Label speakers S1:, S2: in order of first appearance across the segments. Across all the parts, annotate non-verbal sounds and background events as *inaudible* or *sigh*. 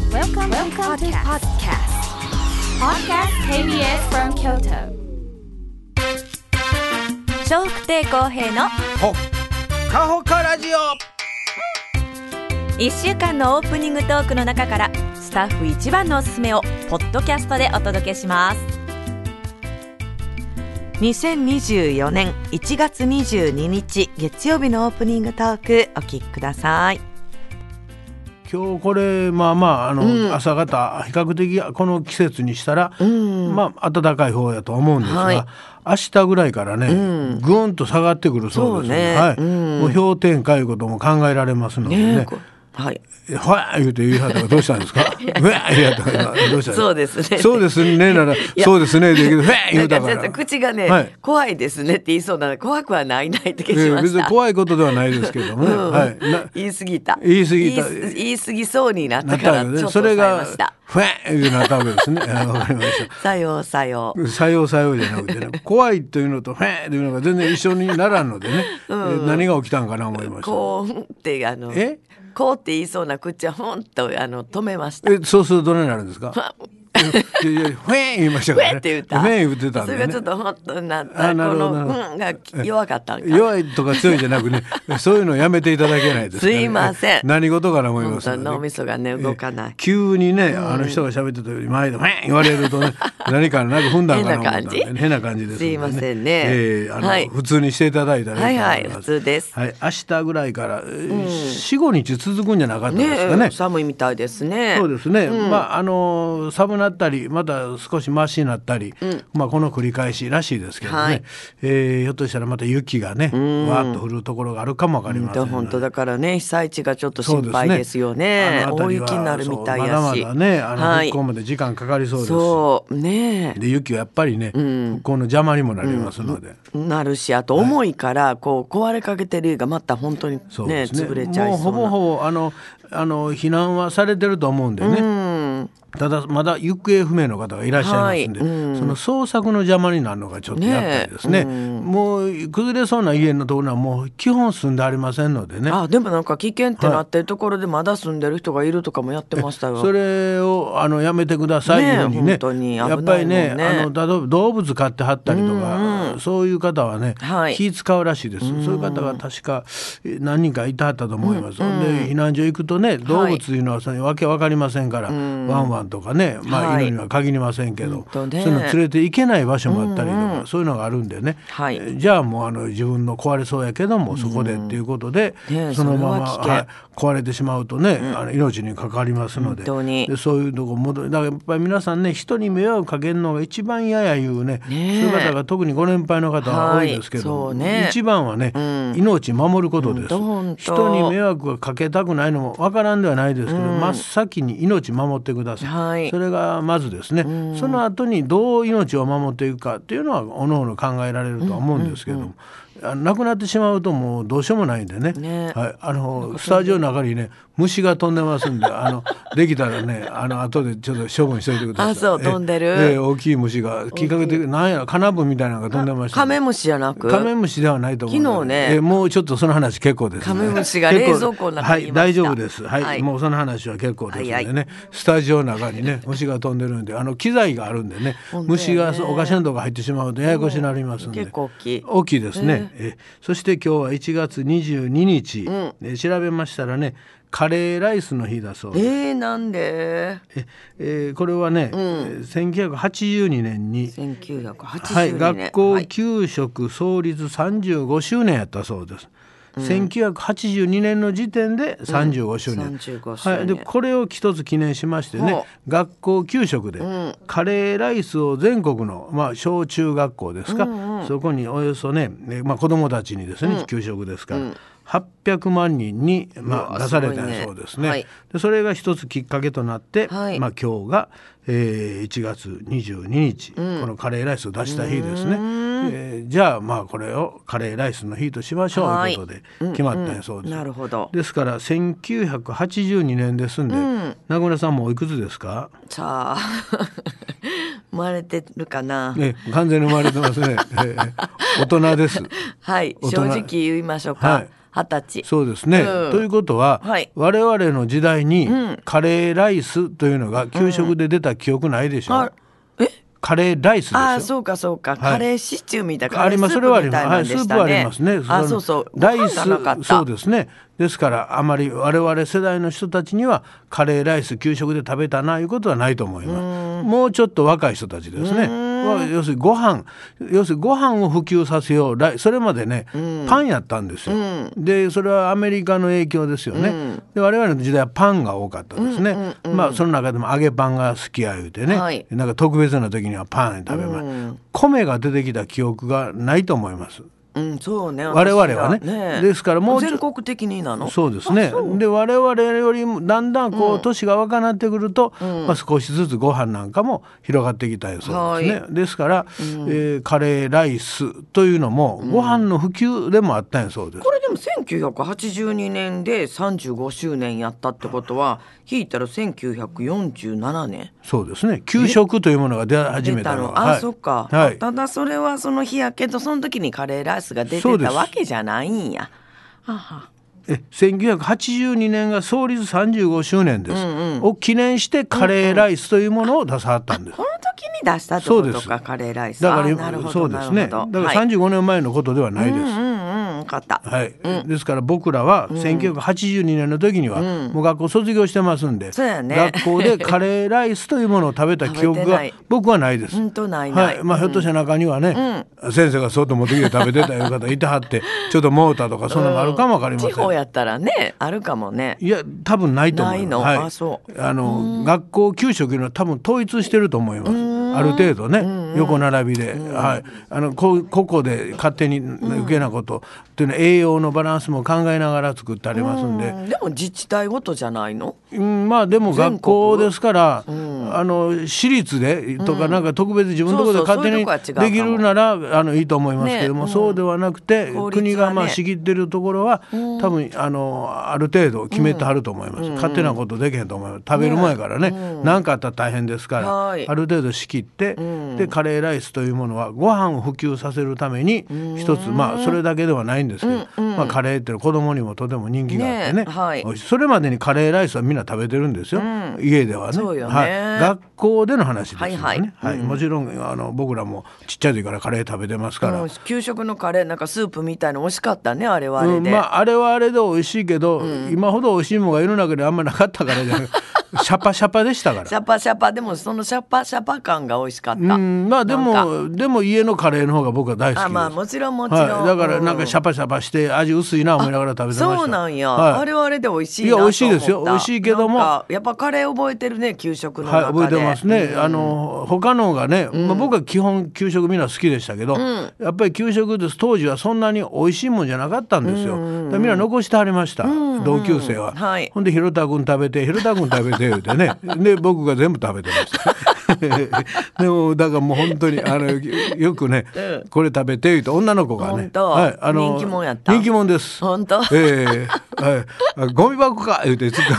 S1: Welcome, to podcast.
S2: Welcome to Podcast KBS from Kyoto.
S1: 笑福亭公平の
S3: ほっかほかラジオ
S1: 1週間のオープニングトークの中からスタッフ一番のおすすめをポッドキャストでお届けします
S4: 2024年1月22日月曜日のオープニングトークお聞きください
S3: 今日これまあまああの、
S4: うん
S3: 朝方比較的この季節にしたら、
S4: ん
S3: まあ暖かい方やとは思うんですが、
S4: はい
S3: 明日ぐらいからね、
S4: うん
S3: ぐんと下がってくるそう
S4: そう
S3: です、
S4: ね
S3: はい、
S4: うん
S3: もう氷点下いうことも考えられますのでね
S4: こはい
S3: ほわー言うて言いはったがどうしたんで
S4: *laughs*
S3: すかうわー言うはったがどうしたんですか
S4: そうですね
S3: そうですねな
S4: や
S3: らそうですね
S4: *laughs*
S3: できるうわー言
S4: な
S3: うん
S4: か
S3: た
S4: ち
S3: か
S4: ょっ
S3: ら
S4: と口がね、
S3: はい
S4: 怖いですねって言いそうなので怖くはないないって気がし
S3: え
S4: ま
S3: ー別
S4: し
S3: に
S4: た、
S3: 怖いことではないですけどもね、
S4: うん
S3: はいな
S4: 言い過ぎた
S3: 言い過ぎた
S4: 言い言い過ぎそうになっ
S3: な
S4: た
S3: っ
S4: か
S3: たわ
S4: ら
S3: け
S4: ちょ
S3: で
S4: っ
S3: す
S4: と
S3: ね。それ
S4: 抑えま
S3: が、
S4: し
S3: ふ
S4: た
S3: えってなったわけですね。 *laughs* あわかりまし
S4: *laughs*
S3: た。
S4: さようさよう
S3: 採用採用じゃなくて
S4: *laughs*
S3: ね、怖いというのとフェーというのが全然一緒にならんのでね、え何が起きたんかな思いました。
S4: こうってあの
S3: え
S4: こうって言いそうな口はほんとあの止めました
S3: え、そうするとどうなるんですか。いやいやフェー言いました
S4: ふ
S3: か
S4: え
S3: ら
S4: っ
S3: *laughs* ね。
S4: て言った
S3: フェー言ってたん
S4: そ
S3: で
S4: れが
S3: ね
S4: ちょっ。とほんとなっ
S3: あ
S4: たこ
S3: なるほど
S4: の
S3: なるほど
S4: うんが弱かったんかな
S3: 弱いとか強いじゃなくね、そういうのやめていただけないですかね
S4: すいません
S3: 何事かな思いますの
S4: 本
S3: で
S4: 当脳みそがね動かない
S3: ええ急にね、あの人が喋ってたより前で、フェー言われると
S4: *laughs*
S3: ね、何かなんか踏んだんかな思ったんでね
S4: 変な感じ
S3: 変な感じですので、
S4: すいませんね
S3: ええあの、
S4: はい
S3: 普通にしていただいたらいいと思い
S4: はいはい
S3: ます
S4: 普通です
S3: はい、明日ぐらいから、四五日続くんじゃなかったですかね。
S4: え寒いみたいですね
S3: そうですね、まああの寒なったりまた少しマシになったり、まあこの繰り返しらしいですけどね、
S4: はい
S3: えーひょっとしたらまた雪がねわーっと降るところがあるかもわかりませんので
S4: 本当だからね被災地がちょっと
S3: そう
S4: 心配ですよね
S3: あの
S4: 大
S3: 辺りは
S4: 雪になるみたいやし
S3: そうまだまだねあの
S4: は
S3: 復
S4: い
S3: 興まで時間かかりそうですし、
S4: そうね
S3: で雪はやっぱりね、復興の邪魔にもなりますので。
S4: なるしあと重いからこう壊れかけてる家がまた本当にね
S3: そうですね
S4: 潰れちゃい
S3: も
S4: そうう
S3: ほぼ
S4: な
S3: ほぼあのあの避難はされてると思うんでね、ただまだ行方不明の方がいらっしゃいますん
S4: は
S3: で、
S4: いうん
S3: その捜索の邪魔になるのがちょっとやっぱりですね
S4: ね
S3: もう崩れそうな家のところはもう基本住んでありませんのでね
S4: あでもなんか危険って
S3: はい
S4: なってるところでまだ住んでる人がいるとかもやってましたよ
S3: それをあのやめてください
S4: ねえ
S3: いうふうにね
S4: 本当に危ない
S3: や
S4: も
S3: っ
S4: ん
S3: ぱ
S4: ね
S3: りねあの例えば動物飼ってはったりとか、そういう方はね、
S4: はい
S3: 気使うらしいです、そういう方が確かえ何人かいたはったと思います、で避難所行くとね動物というのはそのわけわかりませんから、ワンワンとかね、まあ、
S4: はい
S3: いるには限りませんけど、
S4: 本当ね
S3: そういうの連れて行けない場所もあったりとか、そういうのがあるんでね、
S4: はい
S3: えじゃあもうあの自分の壊れそうやけどもそこでっていうことで、
S4: ねえ
S3: そのまま
S4: それは危険
S3: はい壊れてしまうとね、あの命に関わりますので
S4: 本当に
S3: でそういうとこ戻るだからやっぱり皆さんね人に迷惑かけるのが一番嫌やいうね
S4: ねえ
S3: そういう方が特にご年配の方は多いですけど、
S4: はいそうね
S3: 一番はね、命守ることです
S4: 本当本当
S3: 人に迷惑がかけたくないのもわからんではないですけど、真っ先に命守ってください、
S4: はい
S3: それがまずですね、その後にどう命を守っていくかっていうのはおのおの考えられるとは思うんですけども、あの亡くなってしまうともうどうしようもないんでね
S4: ね
S3: はい、あのスタジオの中にね虫が飛んでますんで
S4: *laughs*
S3: あのできたらねあの後でちょっと処分しといてください
S4: あそう
S3: え
S4: 飛んでる
S3: ええ大きい虫がきっかけでなんやカナブンみたいなのが飛んでました
S4: カメ
S3: ね
S4: ムシじゃなく
S3: カメムシではないと思う
S4: 昨
S3: ので
S4: 日ね
S3: ええもうちょっとその話結構です、ね、
S4: カメムシが
S3: 結構
S4: 冷蔵庫の中にいました
S3: はい大丈夫ですはい、
S4: はい
S3: もうその話は結構ですのでね、
S4: はいは
S3: スタジオの中
S4: *laughs*
S3: にね虫が飛んでるんであの機材があるんでね
S4: 本当やね
S3: 虫がそうおかしなとこ入ってしまうとややこしになりますんで
S4: 結構大きい
S3: 大きいですね、えそして今日は1月22日、え調べましたらねカレーライスの日だそう
S4: え
S3: です、
S4: ー、なんで
S3: ええーこれはね、えー1982年に、
S4: 1982年、
S3: はい、学校
S4: はい
S3: 給食創立35周年やったそうです、1982年の時点で35周年,、
S4: うん35周年
S3: はい、でこれを一つ記念しましてね
S4: ほ
S3: 学校給食でカレーライスを全国の、まあ、小中学校ですか、そこにおよそね、ねまあ、子どもたちにですね、給食ですから、800万人に、まあ、
S4: うわ
S3: 出された
S4: すごいね
S3: そうですね。
S4: はい
S3: でそれが一つきっかけとなって、
S4: はい
S3: まあ、今日が、えー1月22日、このカレーライスを出した日ですね、えーじゃあまあこれをカレーライスの日としましょうと
S4: はいいう
S3: ことで決まったんやそうです、
S4: なるほど
S3: ですから1982年ですんで、名倉さんもおいくつですか、
S4: じゃあ *laughs* 生まれてるかな、
S3: ね、
S4: *laughs*
S3: 完全に生まれてますね、えー大人です
S4: はい
S3: 大人
S4: 正直言いましょうか
S3: は
S4: はいい、二十歳
S3: そうですね、
S4: うん
S3: ということは、
S4: はい
S3: 我々の時代に
S4: ん
S3: カレーライスというのが給食で出た記憶ないでしょ、
S4: あえ
S3: カレーライスですよ
S4: ああそうかそうか、カレーシチューみたいな
S3: あります、それはあります。
S4: カ
S3: は
S4: レー
S3: い、
S4: スープ
S3: ス
S4: みたいなんで
S3: ープはあり
S4: したね
S3: ますね。
S4: あ
S3: の
S4: そうそう
S3: ライス
S4: ご飯がなかった
S3: そうですね。ですから、あまり我々世代の人たちには、カレーライス給食で食べたないうことはないと思います。もうちょっと若い人たちですね。まあ要するにご飯、要するにご飯を普及させよう。ライそれまでね、パンやったんですよ。で、それはアメリカの影響ですよね。で、我々の時代はパンが多かったですね。まあ、その中でも揚げパンが好きや言うてね。
S4: はい
S3: なんか特別な時にはパン食べます、米が出てきた記憶がないと思います
S4: うんそうね
S3: 我々はね
S4: 私え
S3: ですからもうちょ
S4: 全国的になの
S3: そうですねで我々よりもだんだんこう年が若なってくると、まあ、少しずつご飯なんかも広がってきたりするんですね、ですから、えーカレーライスというのもご飯の普及でもあったんやそうです、
S4: これでも1982年で35周年やったってことは引いたら1947年
S3: そうですね給食というものが出始め
S4: 出
S3: た
S4: た
S3: の
S4: の
S3: は
S4: あ、
S3: はい
S4: そっか、
S3: はい、
S4: ただそれはその日やけどその時にカレーライスが出
S3: そ
S4: て
S3: うで
S4: た
S3: す
S4: わけじゃないんやはは
S3: え1982年が創立35周年です、を記念してカレーライスというものを出さはったんです、
S4: この時に出したってこと
S3: そうで
S4: か
S3: す
S4: カレーライス
S3: だか
S4: あ
S3: ら
S4: ーなるほど
S3: そうです
S4: な
S3: ね
S4: る
S3: だ
S4: ほ
S3: か
S4: ど
S3: ら
S4: はい
S3: 35年前のことではないです、
S4: うんうん分かった、
S3: はいですから僕らは1982年の時にはもう学校卒業してますんで、
S4: そうやね
S3: 学校でカレーライスというものを食べた記憶
S4: 食べ *laughs* て
S3: が
S4: ない
S3: 僕はないです。
S4: ほんとないない
S3: はいまあ、ひょっとしたら中にはね、先生がそうと思ってきて食べてたいう方いてはってちょっとモーターとかそんなのもあるかもわかりません。
S4: 地方やったらねあるかもね
S3: いや多分ないと思います。
S4: ないの
S3: はい、
S4: あそう
S3: あの学校給食いうのは多分統一してると思います。ある程度ね横並びで、はい、あのこ個々で勝手に余計なことっていうのは栄養のバランスも考えながら作ってありますんで、
S4: でも自治体ごとじゃないの
S3: うん、まあでも学校ですから、あの私立でとかなんか特別自分のところで
S4: そうそう
S3: 勝手
S4: そうい
S3: に
S4: うとこは違
S3: で
S4: う
S3: きるならあのいいと思いますけども、
S4: ね
S3: そうではなくて、
S4: 効率はね
S3: 国がまあ仕切ってるところは、多分あのある程度決めてはると思います、勝手なことできへんと思います食べる前からね何、なんかあったら大変ですから、
S4: はい
S3: ある程度仕切って、でカレーライスというものはご飯を普及させるために一つ、まあそれだけではないんですけど、まあ、カレーっていうのは子供にもとても人気があってね
S4: ねはい
S3: 美味しいそれまでにカレーライスはみんな食べてるんですよ、家ではね
S4: そうよね
S3: はい、学校での話ですよね、
S4: は
S3: はいい
S4: はい
S3: もちろんあの僕らもちっちゃい時からカレー食べてますから、
S4: うん給食のカレーなんかスープみたいの美味しかったねあれはあれで、
S3: うんまああれはあれで美味しいけど、今ほど美味しいものが世の中にあんまなかったから
S4: *laughs*
S3: じゃなくシャパシャパでしたから
S4: シャパシャパでもそのシャパシャパ感が美味しかった。
S3: うん、まあで
S4: なんか
S3: もでも家のカレーの方が僕は大好きです。
S4: あまあもちろんもちろん
S3: はい、だからなん
S4: う
S3: か
S4: ん
S3: シャパシャパして味薄いな思いながら食べてました。
S4: そうなんや、
S3: はい、
S4: あれはあれで美味しい
S3: い
S4: な
S3: や
S4: と思った。
S3: 美味しいですよ美味しいけども
S4: なんかやっぱカレー覚えてるね給食の
S3: はい、
S4: 中で。
S3: 覚えてますね、あの他のがね、まあ、僕は基本給食みんな好きでしたけど、やっぱり給食です当時はそんなに美味しいもんじゃなかったんですよ、だからみんな残してはりました、同級生は、
S4: はい
S3: ほんで「ひろたくん食べてひろたくん食べて」言うてね
S4: *laughs*
S3: で僕が全部食べてました *laughs* でもだからもう本当にあのよくね、これ食べて」言うと女の子が
S4: 本
S3: ね、
S4: 当人気もんやった
S3: 人気もんです
S4: 本当。
S3: ええはいあ、ゴミ箱か言うてつっか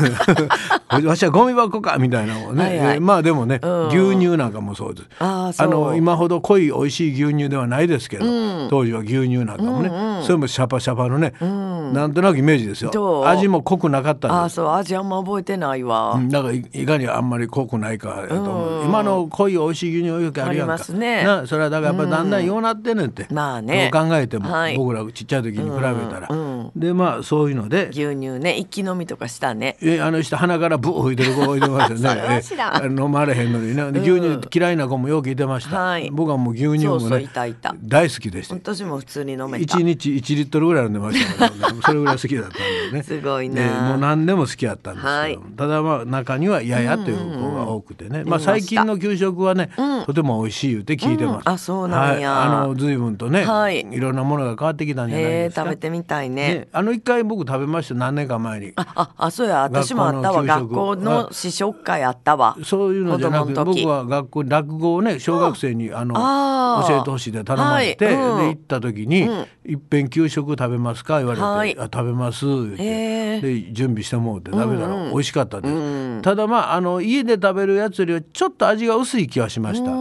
S3: *laughs* わしはゴミ箱かみたいなのをね、
S4: はいはい
S3: えーまあでもね、
S4: うん
S3: 牛乳なんかもそうです
S4: あーそう
S3: の今ほど濃い美味しい牛乳ではないですけど、当時は牛乳なんかもね、それもシャパシャパのね、なんとなくイメージです
S4: どう
S3: よ味も濃くなかったん
S4: あ
S3: で
S4: ー
S3: す
S4: そう味あんま覚えてないわ。
S3: うんだからいいかにあんまり濃くないかやと思う、今の濃い美味しい牛乳お湯あるやんか
S4: ありますね
S3: なそれはだからやっぱりだんだんようなってんねんって、
S4: まあね
S3: どう考えても、
S4: はい
S3: 僕らちっちゃい時に比べたら、
S4: うん
S3: でまあそういうので
S4: 牛乳ね一気飲みとかしたね。
S3: えあの人鼻からブー吹いてる子置いてます
S4: *laughs*
S3: よ
S4: それは
S3: ね。
S4: 知らん
S3: えあの飲まれへんのにね、で牛乳嫌いな子もよくいてました。
S4: はい
S3: 僕はもう牛乳もね
S4: そうそういたいた
S3: 大好きでした。
S4: 私も普通に飲めた
S3: 一。日1リットルぐらい飲んでましたから、ね、それぐらい好きだったんでね
S4: *laughs* すごいな
S3: ねもう何でも好きやったんですけど、
S4: はい
S3: ただまあ中にはややという子が多くてね、まあ、
S4: 見ました
S3: 最近の給食はね、とても美味しい言うて聞いてます、
S4: うんあそうなんや
S3: はい、あの随分とね、
S4: はい
S3: い、ろんなものが変わってきたんじゃない
S4: へ
S3: で
S4: え
S3: すか、
S4: 食べてみたいね。
S3: ねあの一回僕食べました何年か前に
S4: あああそうや私もあったわ学
S3: 学
S4: 校
S3: 校の給食
S4: の試食会あったわ。
S3: そういうのじゃなく
S4: 子
S3: て
S4: 供の時
S3: 僕は学校に落語をね小学生にあの
S4: あー
S3: 教えてほしいで頼まれて、
S4: はいうん
S3: で行った時に「いっぺん給食食べますか?」言われて「
S4: はい
S3: あ食べます」言って、
S4: へー
S3: で準備してもうて食べたら美味しかったです、ただまああの家で食べるやつよりはちょっと味が薄い気はしました、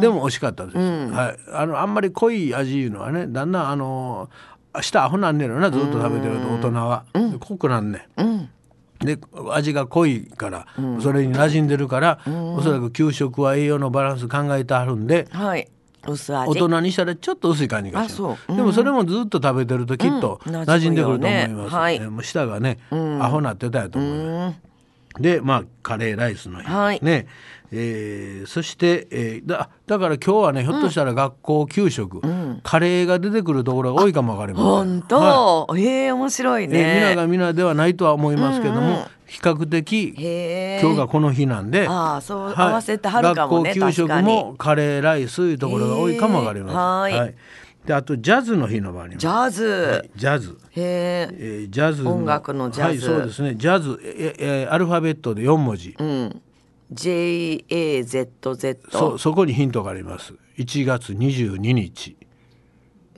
S3: でも美味しかったです、はい、あのあんまり濃い味いうのはねだんだんあの明日アホなんねやろなずっと食べてると大人は、濃くなんねで味が濃いから、それに馴染んでるから、おそらく給食は栄養のバランス考えてあるんで、
S4: はい薄味
S3: 大人にしたらちょっと薄い感じが
S4: あ
S3: す
S4: そ
S3: る
S4: う、うん
S3: でもそれもずっと食べてるときっと
S4: うん
S3: 馴染んでくると思い
S4: 馴染むよ
S3: ま
S4: ね
S3: す、
S4: はい
S3: ねもう舌がね、アホなってたやと思います、でまあカレーライスの日、
S4: はい
S3: ねえーそして、えーだだから今日はねひょっとしたら学校給食、カレーが出てくるところが多いかもわかりません
S4: 本
S3: はい
S4: 当、ええ面白い
S3: えー皆が
S4: ね
S3: 皆ではないとは思いますけども、
S4: うんうん
S3: 比較的
S4: へえ
S3: 今日がこの日なんで、
S4: ああそう
S3: はい
S4: 合わせてはるかもね
S3: 学校
S4: 確
S3: 給
S4: か
S3: 食
S4: に
S3: もカレーライスいうところが多いかもわかり
S4: へーは
S3: ま
S4: い
S3: す。はい。であとジャズの日の場合にも
S4: ジャズ、
S3: はいジャズ。
S4: へえ
S3: えージャズ
S4: 音楽のジャズ
S3: はいそうですねジャズええーアルファベットで4文字、
S4: うん、JAZZ
S3: そそこにヒントがあります1月22日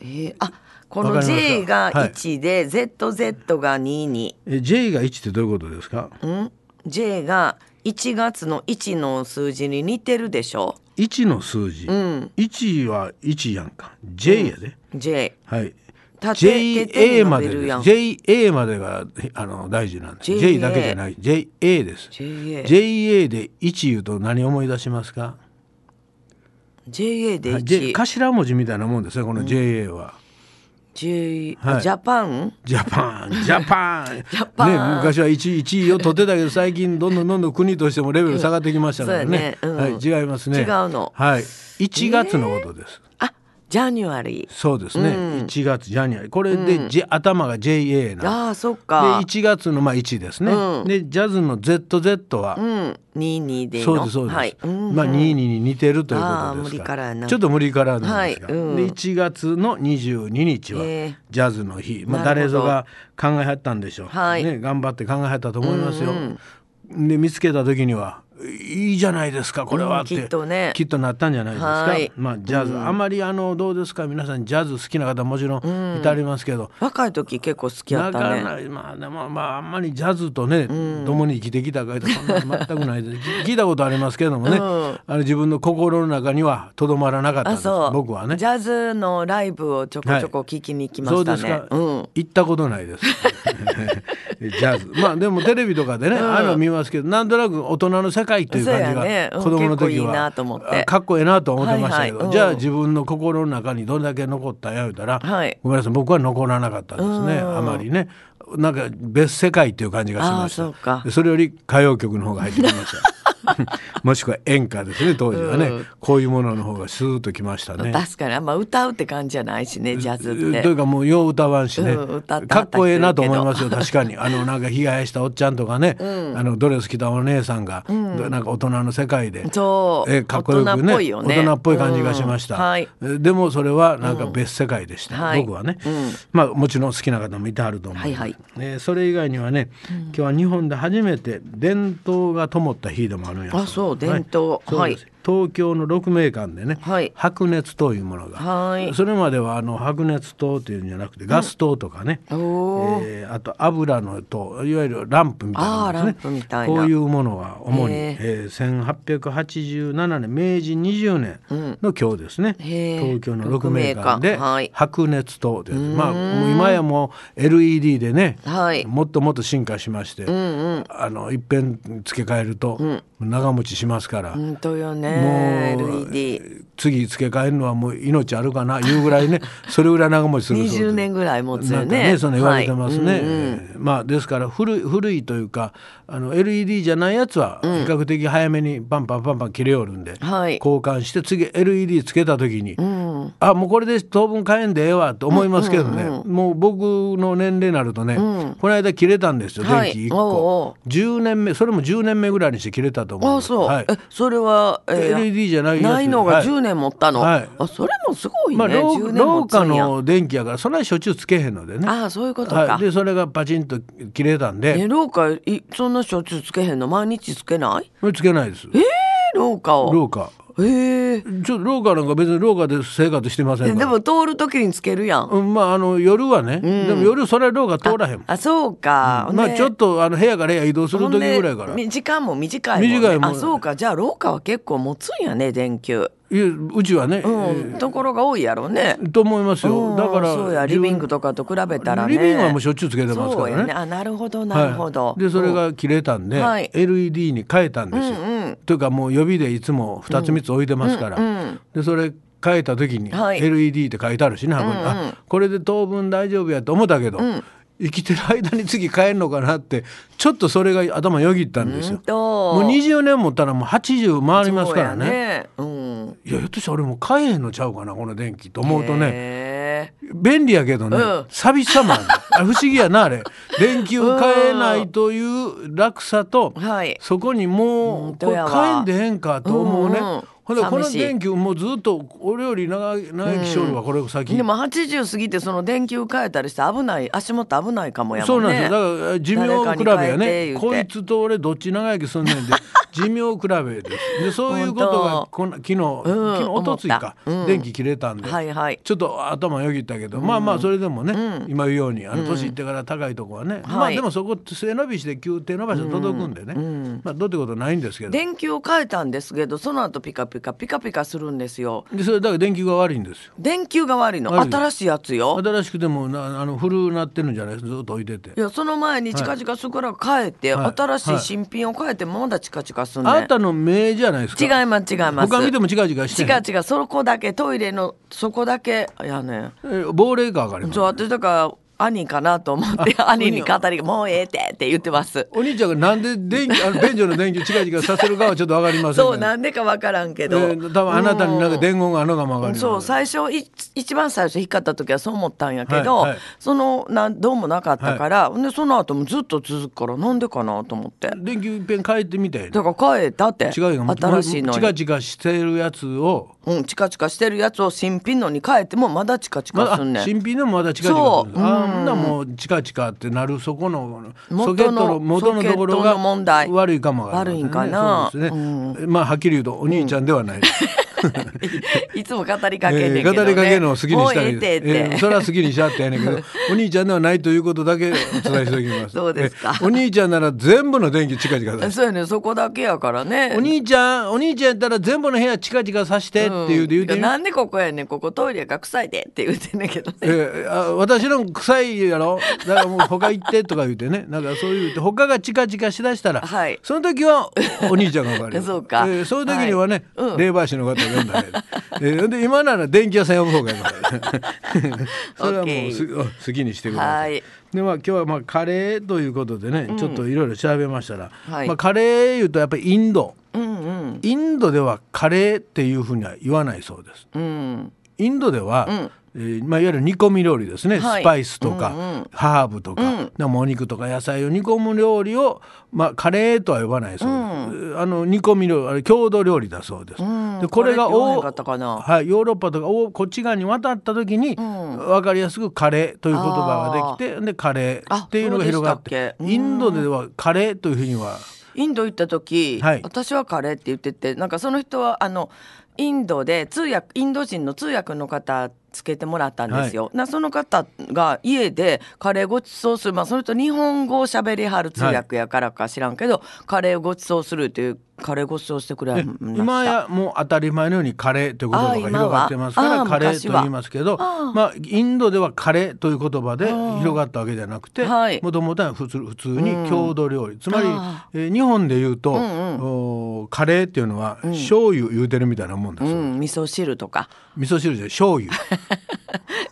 S4: えーあこ
S3: わ
S4: の
S3: かりました
S4: J が
S3: はい
S4: 1で、ZZ が2に
S3: えー J が1ってどういうことですか
S4: うん J が1月の1の数字に似てるでしょ
S3: 1の数字、1は1やんか J やで、
S4: J
S3: はい
S4: 立てて手
S3: JA
S4: に
S3: ま
S4: 伸
S3: で
S4: び
S3: で
S4: るやん
S3: す JA までがあの大事なんです
S4: JA
S3: J だけじゃない JA です
S4: JA
S3: JA で1言うと何思い出しますか
S4: JA で
S3: J
S4: 1
S3: 頭文字みたいなもんですねこの JA は、
S4: J
S3: は
S4: あ
S3: い
S4: ジャパン
S3: ジャ
S4: *laughs*
S3: パンジャパン
S4: ャパン
S3: ね、昔は 1, 1位を取ってたけど最近どんどんどんどん国としてもレベル下がってきましたからね,、
S4: そうやねうん
S3: はい、違いますね
S4: 違うの
S3: はい、1月のことです、
S4: あジャニュアリー
S3: そうですね、1月ジャニアこれで、J 頭が JA なんです
S4: あーそっ
S3: で
S4: か
S3: 1月のまあ1ですね、でジャズの ZZ は、
S4: うん22でいいの
S3: そうですそうです、
S4: はいうん
S3: まあ22に似てるという
S4: ああ
S3: ことで
S4: 無
S3: す
S4: 理
S3: か
S4: からやな
S3: ちょっと無理からなんですが、
S4: はいうん
S3: で1月の22日は
S4: へえ
S3: ジャズの日、まあ、
S4: なる
S3: 誰
S4: ほど
S3: ぞが考えはったんでしょう、
S4: はい
S3: ね、頑張って考えはったと思いますよ、で見つけた時にはいいじゃないですかこれは
S4: うん
S3: って、
S4: きっとね
S3: きっとなったんじゃないですか、
S4: はい
S3: まあジャズ、あまりあのどうですか皆さんジャズ好きな方もちろんいたりますけど、
S4: 若い時結構好きや
S3: な
S4: っ
S3: か
S4: たね
S3: なまあでもまああんまりジャズとね、共に生きてきたかいとそんなの全くないです
S4: *laughs*
S3: き聞いたことありますけどもね、あの自分の心の中にはとどまらなかったん
S4: あ
S3: です
S4: そう
S3: 僕はね
S4: ジャズのライブをちょこちょこ聞きに行きま
S3: そう
S4: した
S3: で
S4: ね、
S3: すか、
S4: うん
S3: 行ったことない
S4: *laughs*
S3: ですジャズまあでもテレビとかでね、ああいうの見ますけどなんとなく大人の世界っていう感じ
S4: そう
S3: が、
S4: やねうん
S3: 子供の時
S4: 結構いいな
S3: は
S4: と思って
S3: あかっこええなと思ってましたけど、
S4: はいはいうん
S3: じゃあ自分の心の中にどれだけ残ったや言うたら、
S4: はい
S3: ごめんなさい僕は残らなかったですね、あまりねなんか別世界っていう感じがしまし
S4: あーそうか
S3: たでそれより歌謡曲の方が入ってきました
S4: *laughs*
S3: もしくは演歌ですね当時はね、こういうものの方がスーッときましたね
S4: 確かにあんま歌うって感じじゃないしねジャズって
S3: というかもうよう歌わんしね、
S4: うん歌ってはったりするけど
S3: かっこええなと思いますよ確かにあのなんか冷ややしたおっちゃんとかね、あのドレス着たお姉さんが、なんか大人の世界で
S4: そう
S3: えかっこよく
S4: 大人っ
S3: ね
S4: ぽいよね
S3: 大人っぽい感じがしました、
S4: うんはい
S3: えでもそれはなんか別世界でした、
S4: うんはい
S3: 僕はね、まあもちろん好きな方もいてはると思う、
S4: はいはい
S3: えーそれ以外にはね、今日は日本で初めて伝統が灯った日でもあるんや
S4: あそう
S3: です
S4: 伝統
S3: そうです東京の六名館でね、
S4: はい
S3: 白熱灯いうものが、
S4: はい
S3: それまではあの白熱灯というんじゃなくてガス灯とかね、
S4: おおー、
S3: えーあと油の灯いわゆるランプみたいなも
S4: あーラ
S3: の
S4: ン
S3: です
S4: プ
S3: ね
S4: みたいな
S3: こういうものは主に、
S4: へー
S3: えー1887年明治20年の今日ですね、
S4: へー
S3: 東京の六名館で
S4: 鹿鳴館はい
S3: 白熱灯というやつまあもう今やもう LED でね、
S4: はい
S3: もっともっと進化しまして、あの一遍付け替えると長持ちしますから、
S4: 本当よね
S3: もう
S4: LED
S3: 次付け替えるのはもう命あるかないうぐら
S4: *laughs*
S3: いねそれぐらい長持ちするそうです
S4: 20年ぐらい持つよ
S3: なんか
S4: ね
S3: ねその言われてますね、
S4: はいうんうん
S3: えーまあですから古い古いというかあの LED じゃないやつは比較的早めにパンパンパンパン切れおるんで、
S4: はい
S3: 交換して次 LED つけた時に、あもうこれで当分買えんでええわと思いますけどね、もう僕の年齢になるとね、この間切れたんですよ
S4: は
S3: 電
S4: い
S3: 気1個、
S4: おうお
S3: 10年目それも10年目ぐらいにして切れたと思い
S4: あ
S3: ます
S4: そう、
S3: はい
S4: えそれは、えー
S3: LED じゃないやつ
S4: ないの
S3: は
S4: が
S3: い
S4: 10年持ったの、
S3: はい
S4: あそれもすごいね、
S3: まあ、廊
S4: 10年
S3: 廊
S4: 持つんや
S3: 下の電気やからそんなにしょっちゅうつけへんのでね
S4: ああそういうことか、
S3: はい、でそれがパチンと切れたん
S4: え
S3: で
S4: 廊下いそんなしょっちゅうつけへんの毎日つけない
S3: これつけないです
S4: え廊下を
S3: 廊下
S4: えへえ。
S3: ちょっと廊下なんか別に廊下で生活してません
S4: で
S3: から
S4: でも通る時につけるやん。
S3: うん、まああの夜はね、でも夜それ廊下通らへんもん
S4: あそうか。
S3: まあ
S4: ね
S3: ちょっとあの部屋から部屋移動する時ぐらいか
S4: ほ
S3: ら
S4: んでみ時間も短いもん、ね。
S3: 短いもん
S4: あそうか。じゃあ廊下は結構持つんやね電球。
S3: いやうちはね、
S4: うん。ところが多いやろうね。
S3: えーと思いますよだから
S4: そうやリビングとかと比べたらね。
S3: リビングはもうしょっちゅうつけてます
S4: そ
S3: か
S4: う
S3: ら
S4: や
S3: ね
S4: ね。あなるほどなるほど。
S3: はい、でそれが切れたんで、
S4: うんはい
S3: LED に変えたんですよ、というかもう予備でいつも2つ3つ置いてますから、でそれ変えた時に
S4: はい
S3: LED って書いてあるしね、箱にあこれで当分大丈夫やと思ったけど、生きてる間に次変えるのかなってちょっとそれが頭よぎったんですよ
S4: うん。と
S3: もう20年持ったらもう80回りますからね
S4: そうやね。うん。
S3: いやひょっとしたら俺もう変えへんのちゃうかなこの電気と思うとね、
S4: ね。
S3: 便利やけどね、
S4: うん
S3: 寂しさもあるあ不思議やな
S4: *laughs*
S3: あれ電球変えないという落差と、
S4: はい
S3: そこにも
S4: うん
S3: う
S4: ど
S3: こ
S4: う
S3: れ
S4: やわ
S3: 変えんでええんかと思うね、
S4: うんうん
S3: ほんでこ
S4: 寂
S3: の
S4: しい
S3: 電球もうずっと俺より長い長生きしょるわこれ先、
S4: でも80過ぎてその電球変えたりして危ない足元危ないかもや
S3: そ
S4: も
S3: うん
S4: ね。
S3: なんですよだから寿命比べや
S4: 誰か
S3: ね
S4: に変えて言う
S3: こ
S4: て
S3: いつと俺どっち長生きすんね
S4: *laughs*
S3: んで寿命比べですでそういうこと
S4: 本当
S3: がこの昨日、昨日おとついか、
S4: 思ったうん
S3: 電気切れたんで、
S4: はいはい。
S3: ちょっと頭よぎったけど、まあまあそれでもね、今言うようにあの年いってから高いとこはね、まあ
S4: はい
S3: でもそこ背伸びして急手伸ばしで届くんでね、まあどうってことないんですけどで
S4: 電球を変えたんですけどその後ピカピカピカピカするんですよ
S3: それだから電球が悪いんですよ
S4: 電球が悪いの
S3: 悪い
S4: 新しいやつよ
S3: 新しくてもなあの古なってるんじゃないですずっと置いてて
S4: い。やその前に近々そこら変えて、
S3: はい
S4: 新しい
S3: はい
S4: 新品を変えてもまだ近々すんねん、
S3: あなたの目じゃないですか
S4: 違います違います
S3: 他見ても違う違うして
S4: 違う違うそこだけトイレのそこだけやねん
S3: 違う亡霊か上がります
S4: そう私だから兄かなと思って
S3: あ
S4: 兄に語りもうええてって言ってます
S3: お兄ちゃんがなんで電気あの便所の電球違う違うさせるかはちょっと分かりません
S4: そうなんんでかわからんけ
S3: え
S4: ど、
S3: ー多分あなたになんか伝言があのが曲がります
S4: そう最初い一番最初引っかった時はそう思ったんやけど、
S3: はいはい
S4: そのなんどうもなかったから、でその後もずっと続くからなんでかなと思って
S3: 電球いっぺん変えてみて
S4: だから変えたって
S3: 違うよ
S4: 新しいの
S3: チ
S4: に
S3: カチカしてるやつを
S4: うん、チカチカしてるやつを新品のに変えてもまだチカチ
S3: ま
S4: カ
S3: だ
S4: すんね
S3: あ
S4: ん、
S3: 新品でもまだチカチカ
S4: そう
S3: するんですあほんならもうチカチカってなるそこの
S4: 元の
S3: ソケットの元のところ
S4: ソケット
S3: が
S4: の問題
S3: 悪いかもわりませ
S4: 悪いんかな
S3: そうですね、まあはっきり言うとお兄ちゃんではない、
S4: *laughs* いつも語りかけ
S3: え
S4: んねんけ
S3: ー
S4: ど、ね
S3: 語りかけるのを好きにしたらい
S4: も
S3: いう
S4: ええって
S3: です
S4: って、
S3: えーそれは好きにしちゃってやねんけ
S4: *laughs*
S3: どお兄ちゃんではないということだけお伝えしておきます
S4: そうですか
S3: えーお兄ちゃんなら全部の電気チカチカさせて
S4: *laughs* そうやねんそこだけやからね
S3: お兄ちゃんお兄ちゃんやったら全部の部屋チカチカさしてって言うて言うて
S4: うん
S3: み
S4: なんでここやねんここトイレが臭いでって言うてんねんけどね、
S3: えーあ私の臭いやろだからもう他行ってとか言うてね *laughs* なんかそう言うて他がチカチカしだしたら、
S4: はい
S3: その時はお兄ちゃんが分か
S4: *laughs*
S3: る
S4: そうか
S3: えーそういう時にはね、
S4: はいうん
S3: 霊媒師の方呼んだらええ、えーで今なら電気屋さん呼ぶ方がい
S4: *laughs*
S3: いのかねそれはもうすお好きにしてください。
S4: はい
S3: でまあ今日はまあカレーということでね、ちょっといろいろ調べましたら、
S4: はい
S3: まあ、カレー *laughs* いうとやっぱりインド、
S4: うん
S3: インドではカレーっていうふうには言わないそうです。
S4: うんうん
S3: インドでは、えーまあ、いわゆる煮込み料理ですね、
S4: はい
S3: スパイスとか、ハーブとか、でもお肉とか野菜を煮込む料理を、まあ、カレーとは呼ばないそうです、あの煮込み料理あれ郷土料理だそうです、でこれが
S4: カレーって言わへん
S3: お
S4: かったかな
S3: はい、ヨーロッパとかおこっち側に渡った時に、分かりやすくカレーという言葉ができてでカレーっていうのが広がっ
S4: あそうでした
S3: て
S4: っけ
S3: インドではカレーというふうには
S4: インド行った時、
S3: はい
S4: 私はカレーって言っててなんかその人はあのインドで通訳インド人の通訳の方つけてもらったんですよ、なその方が家でカレーごちそうする、まあ、その人日本語をしゃべりはる通訳やからか知らんけど、カレーごちそうするというカレーごちそうしてくれま
S3: え
S4: した
S3: 今やもう当たり前のようにカレーという言葉が広がってますか
S4: あ今
S3: ら
S4: は
S3: カレ
S4: あ
S3: ーと言いますけどまあ、インドではカレーという言葉で広がったわけじゃなくて
S4: はい
S3: もともとは普通普通に郷土料理、つまり
S4: あ、
S3: えー日本で言うと、おーカレーっていうのは醤油言うてるみたいなもんです、
S4: うん、味噌汁と
S3: *laughs*
S4: か
S3: 味噌汁じゃない醤油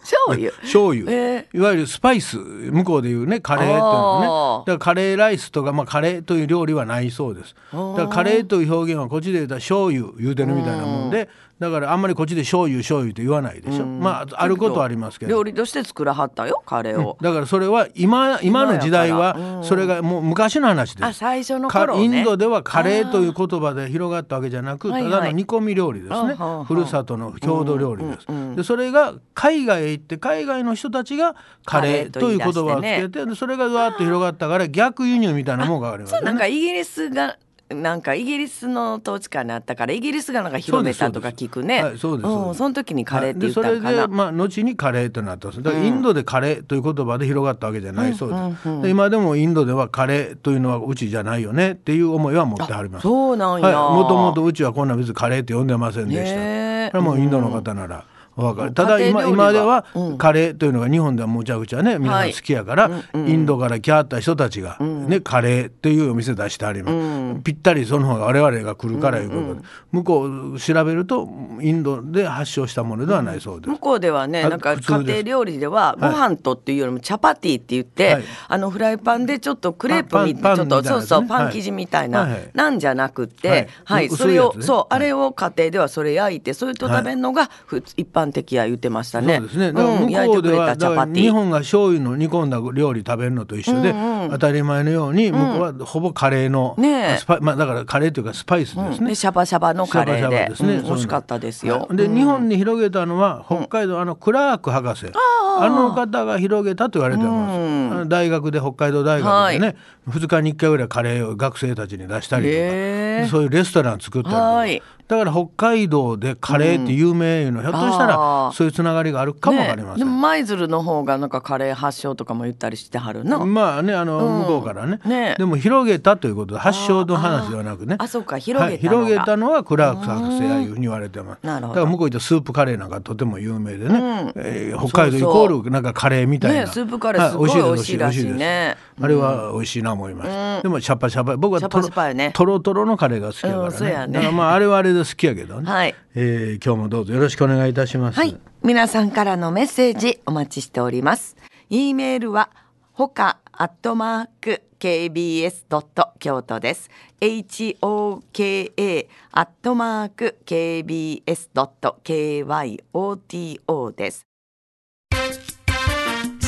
S4: 醤油
S3: 醤油、
S4: え
S3: いわゆるスパイス向こうで言うねカレーっていうのは
S4: あ
S3: ね
S4: ー
S3: だからカレーライスとか、まあ、カレーという料理はないそうですだからカレーという表現はこっちで言うたら醤油言うてるみたいなもんでだからあんまりこっちで醤油醤油って言わないでしょまああることはありますけど
S4: 料理として作らはったよカレーを、
S3: だからそれは今今の時代
S4: 今やから
S3: はそれがもう昔の話です
S4: あ最初の
S3: か
S4: 頃ね
S3: インドではカレーという言葉で広がったわけじゃなく
S4: はいは
S3: た
S4: い
S3: だの煮込み料理ですね、
S4: あはあはあ
S3: ふるさとの郷土料理です、でそれが海外へ行って海外の人たちがカレー
S4: カレーと
S3: と
S4: 言
S3: い
S4: いう出して
S3: 言
S4: ね
S3: 葉をつけてでそれがわーっと広がったから逆輸入みたいなもんがあります
S4: そう
S3: よ
S4: なん
S3: ね
S4: かイギリスがなんかイギリスの統治下にあったからイギリスがなんか広めたとか聞くね
S3: はいそうですそうです
S4: ん、その時にカレーって言
S3: で
S4: った
S3: それ
S4: んか
S3: で、
S4: な。
S3: まあ、後にカレーとなったんですだからインドでカレーという言葉で広がったわけじゃないそうです、で今でもインドではカレーというのはうちじゃないよねっていう思いは持ってはります
S4: そうなんや。
S3: はい、もともとうちはこんな別にカレーって呼んでませんでした、
S4: ねえ
S3: これはもうインドの方ならお分かる、ただ
S4: 家庭料
S3: 今
S4: 理
S3: 今では
S4: はうん
S3: カレーというのが日本ではむちゃくちゃね皆さん好きやから、インドから来はった人たちが、ねカレーというお店出してあります、ぴったりその方が我々が来るからいうことで、向こう調べるとインドで発祥したものではないそうです、
S4: 向こうではね
S3: あ
S4: なんか
S3: 普
S4: 家
S3: 通です
S4: 庭料理ではご
S3: はい
S4: 飯とっていうよりもチャパティって言って、
S3: はい
S4: あのフライパンでちょっとクレープみ
S3: パン
S4: ちょっ
S3: パ
S4: と
S3: ンみたい
S4: そ
S3: な
S4: うそう
S3: ね
S4: パン生地みたいな、
S3: はいはい
S4: なんじゃなくて、は
S3: はいい薄い
S4: それを、
S3: やつね
S4: そう
S3: はい
S4: あれを家庭ではそれ焼いてそれと食べるのがふ一般的や言ってましたね。
S3: そうですね。だから
S4: うん
S3: 向
S4: 焼い
S3: こ
S4: て
S3: う
S4: く
S3: で
S4: れ
S3: は、
S4: たチ
S3: だ
S4: ャ
S3: から
S4: パテ
S3: 日
S4: ィ。
S3: 本が醤油の煮込んだ料理食べるのと一緒で、当たり前のように向こうはほぼカレーの、
S4: ねえ
S3: スパイまあだからカレーというかスパイスですね。
S4: でシャバシャバのカレ
S3: シ
S4: ー
S3: ャバシャバ
S4: で
S3: ですね
S4: うん
S3: そういうの
S4: 美味しかったですよ。
S3: で、日本に広げたのは北海道、あのクラーク博士あの方が広げたと言われてます、あの大学で北海道大学でね、2日に1回ぐらいカレーを学生たちに出したりとか、
S4: へえ
S3: そういうレストラン作ったりとか
S4: はい
S3: だから北海道でカレーって有名いうの、ひょっとした
S4: あ
S3: ら
S4: ー
S3: そういうつながりがあるかもわかり
S4: ね
S3: ま
S4: で
S3: せん。
S4: も舞鶴の方がなんかカレー発祥とかも言ったりしてはるな。
S3: まあねあの、向こうからね
S4: ね
S3: でも広げたということで発祥の話ではなくね
S4: あそうか広げたのが
S3: はい、広げたのはクラーク博士やいうふうに言われてます
S4: なるほど
S3: だから向こう行ったらスープカレーなんかとても有名でね、えー北海道イ
S4: そう
S3: コ
S4: そう
S3: ールなんかカレーみたいな、
S4: ねスープカレーすごい
S3: は
S4: 美味しいらしいね
S3: 美味しいですあれは美味しいな思いました、でもシャパシャパ僕は
S4: シャ
S3: と
S4: パ
S3: ろ
S4: シャパやね
S3: とろとろのカレーが好きだからね,、
S4: うんそうやね
S3: だからまああれはあれで好きやけどね、
S4: はい
S3: えー今日もどうぞよろしくお願いいたします、
S4: はい、皆さんからのメッセージお待ちしております。e メールはほかアットマーク kbs ドット京都です。h o k a アットマーク kbs ドット k y o t o です。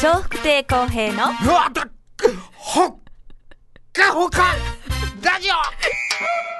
S1: 笑福亭公平の
S5: うわだっほっかほかラジオ